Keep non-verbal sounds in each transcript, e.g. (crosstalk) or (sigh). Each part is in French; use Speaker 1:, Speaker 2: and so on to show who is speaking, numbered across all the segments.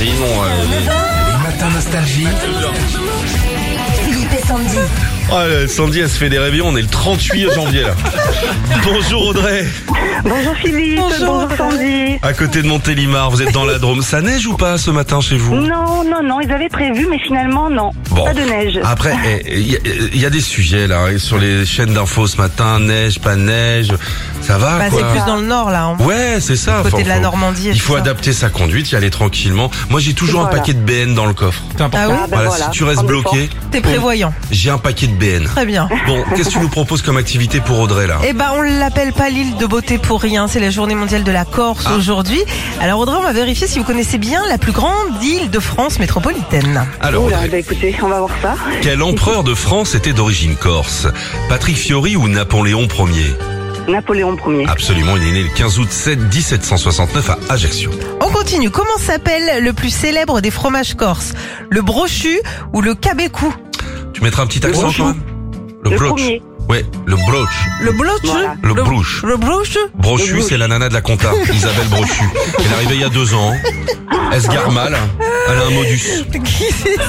Speaker 1: Et ils ont. euh,
Speaker 2: Les matins nostalgie.
Speaker 3: Philippe et Sandy.
Speaker 1: Ah, là, Sandy, elle se fait des réveillons. On est le 38 janvier là. Bonjour Audrey.
Speaker 4: Bonjour Philippe, bonjour, Sandy.
Speaker 1: À côté de Montélimar, vous êtes dans la Drôme. Ça neige ou pas ce matin chez vous
Speaker 4: Non, non, non, ils avaient prévu, mais finalement, non.
Speaker 1: Bon.
Speaker 4: Pas de neige.
Speaker 1: Après, eh, il y, a- il y a des sujets là hein, sur les chaînes d'infos ce matin. Neige, pas neige. Ça va
Speaker 5: Bah,
Speaker 1: quoi
Speaker 5: c'est plus dans le nord là. hein.
Speaker 1: Ouais, c'est ça.
Speaker 5: Côté
Speaker 1: Enfin,
Speaker 5: de la
Speaker 1: faut-
Speaker 5: Normandie et
Speaker 1: Il
Speaker 5: tout
Speaker 1: faut
Speaker 5: ça.
Speaker 1: adapter sa conduite, y aller tranquillement. Moi, j'ai toujours un
Speaker 4: Voilà.
Speaker 1: paquet de BN dans le coffre.
Speaker 5: Ah oui
Speaker 4: Ah, ben
Speaker 1: voilà,
Speaker 4: voilà,
Speaker 1: si tu restes
Speaker 4: en
Speaker 1: bloqué,
Speaker 5: T'es prévoyant.
Speaker 1: j'ai un paquet de BN.
Speaker 5: Très bien.
Speaker 1: Bon, qu'est-ce que tu nous proposes comme activité pour Audrey là
Speaker 5: Eh ben, on l'appelle pas l'île de beauté pour rien. C'est la journée mondiale de la Corse aujourd'hui. Alors, Audrey, on va vérifier si vous connaissez bien la plus grande île de France métropolitaine.
Speaker 1: Alors,
Speaker 4: Oula,
Speaker 1: Audrey,
Speaker 4: bah écoutez, on va voir ça.
Speaker 1: quel empereur de France était d'origine corse Patrick Fiori ou Napoléon Ier
Speaker 4: Napoléon
Speaker 1: Ah,
Speaker 4: Ier.
Speaker 1: Absolument, il est né le 15 août 7 1769 à Ajaccio.
Speaker 5: On continue. Comment s'appelle le plus célèbre des fromages corses Le brochu ou le cabécou
Speaker 1: Tu mettras un petit
Speaker 4: Le
Speaker 1: accent
Speaker 4: brochu.
Speaker 1: quand même
Speaker 4: Le
Speaker 1: broch.
Speaker 4: premier.
Speaker 1: Ouais, le broch.
Speaker 5: Le blochu
Speaker 4: Voilà.
Speaker 1: Le brouche.
Speaker 5: Le brochu (laughs)
Speaker 1: Brochu,
Speaker 4: Le
Speaker 1: c'est la nana de la compta, Isabelle Brochu. Elle est arrivée il y a deux ans. Elle se gare mal. Elle a un modus.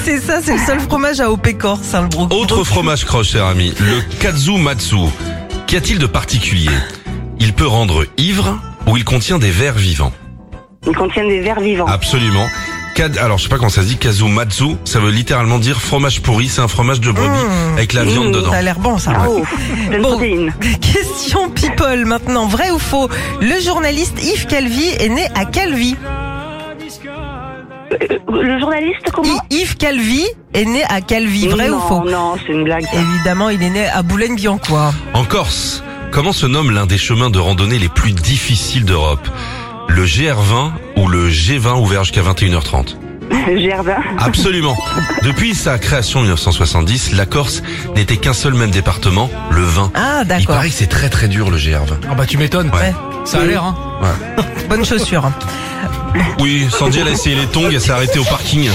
Speaker 5: C'est ça, c'est le seul fromage à OP Corse, hein, le bro-
Speaker 1: Autre fromage croche, cher ami, le katsumatsu. Qu'y a-t-il de particulier Il peut rendre ivre ou il contient des vers vivants.
Speaker 4: Ils contiennent des vers vivants.
Speaker 1: Ah, Absolument. Kad- Alors, je sais pas comment ça se dit, kazumatsu, ça veut littéralement dire fromage pourri, c'est un fromage de brebis
Speaker 5: Mmh.
Speaker 1: avec la viande
Speaker 4: Mmh,
Speaker 1: dedans.
Speaker 5: Ça a l'air bon, ça.
Speaker 1: bah,
Speaker 4: Oh, pleine de
Speaker 5: Bon.
Speaker 4: protéines.
Speaker 5: Question people maintenant, vrai ou faux Le journaliste Yves Calvi est né à Calvi.
Speaker 4: Euh, Le journaliste, comment
Speaker 5: I- Yves Calvi est né à Calvi, vrai
Speaker 4: non,
Speaker 5: ou faux
Speaker 4: Non, c'est une blague. ça.
Speaker 5: Évidemment, il est né à Boulogne-Billancourt.
Speaker 1: En Corse, comment se nomme l'un des chemins de randonnée les plus difficiles d'Europe Le GR20 ou le G20 ouvert jusqu'à 21h30 Mm.
Speaker 4: (laughs) Gervin.
Speaker 1: Absolument. Depuis sa création en 1970, la Corse n'était qu'un seul même département, le vin.
Speaker 5: Ah,
Speaker 1: Il
Speaker 5: d'accord.
Speaker 1: paraît que c'est très très dur le GR20.
Speaker 2: Ah bah tu m'étonnes.
Speaker 1: Ouais.
Speaker 2: Ça a l'air hein.
Speaker 5: (laughs)
Speaker 1: (laughs)
Speaker 5: Bonne chaussure.
Speaker 1: Oui, Sandy elle a essayé les tongs, elle s'est arrêtée au parking.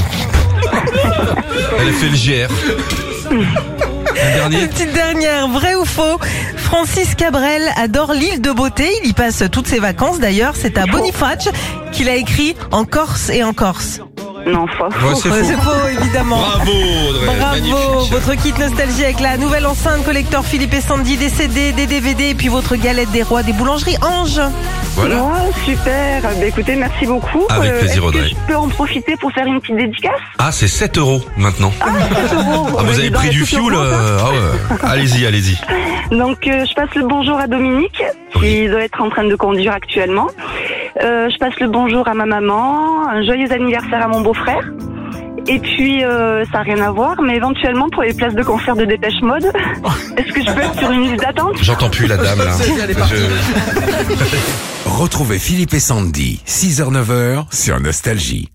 Speaker 1: Elle a fait le GR. Un dernier
Speaker 5: Une petite dernière, vrai ou faux Francis Cabrel adore l'île de beauté. Il y passe toutes ses vacances d'ailleurs. C'est à Boniface qu'il a écrit En Corse et en Corse.
Speaker 4: Non, faux.
Speaker 1: Ouais, c'est
Speaker 5: Euh,
Speaker 1: faux.
Speaker 5: C'est faux, évidemment.
Speaker 1: Bravo Audrey,
Speaker 5: Bravo,
Speaker 1: magnifique.
Speaker 5: votre kit nostalgie avec la nouvelle enceinte collector Philippe et Sandy, des CD, des DVD et puis votre galette des rois des boulangeries Ange.
Speaker 1: Voilà.
Speaker 4: Oh, super. Bah, écoutez, merci beaucoup. Euh,
Speaker 1: Avec plaisir,
Speaker 4: est-ce que
Speaker 1: Audrey.
Speaker 4: je peux en profiter pour faire une petite dédicace
Speaker 1: Ah c'est 7 euros maintenant. Ah,
Speaker 4: Ah,
Speaker 1: vous avez pris du fioul euh, ah ouais. Allez-y, allez-y.
Speaker 4: Donc euh, je passe le bonjour à Dominique, qui doit être en train de conduire actuellement. Euh, je passe le bonjour à ma maman, un joyeux anniversaire à mon beau-frère. Et puis, euh, ça n'a rien à voir, mais éventuellement pour les places de concert de Dépêche Mode, est-ce que je peux être sur une liste d'attente
Speaker 1: J'entends plus
Speaker 2: (laughs)
Speaker 1: la dame là. (laughs) Je-
Speaker 2: Retrouvez Philippe et Sandy, 6h-9h sur Nostalgie.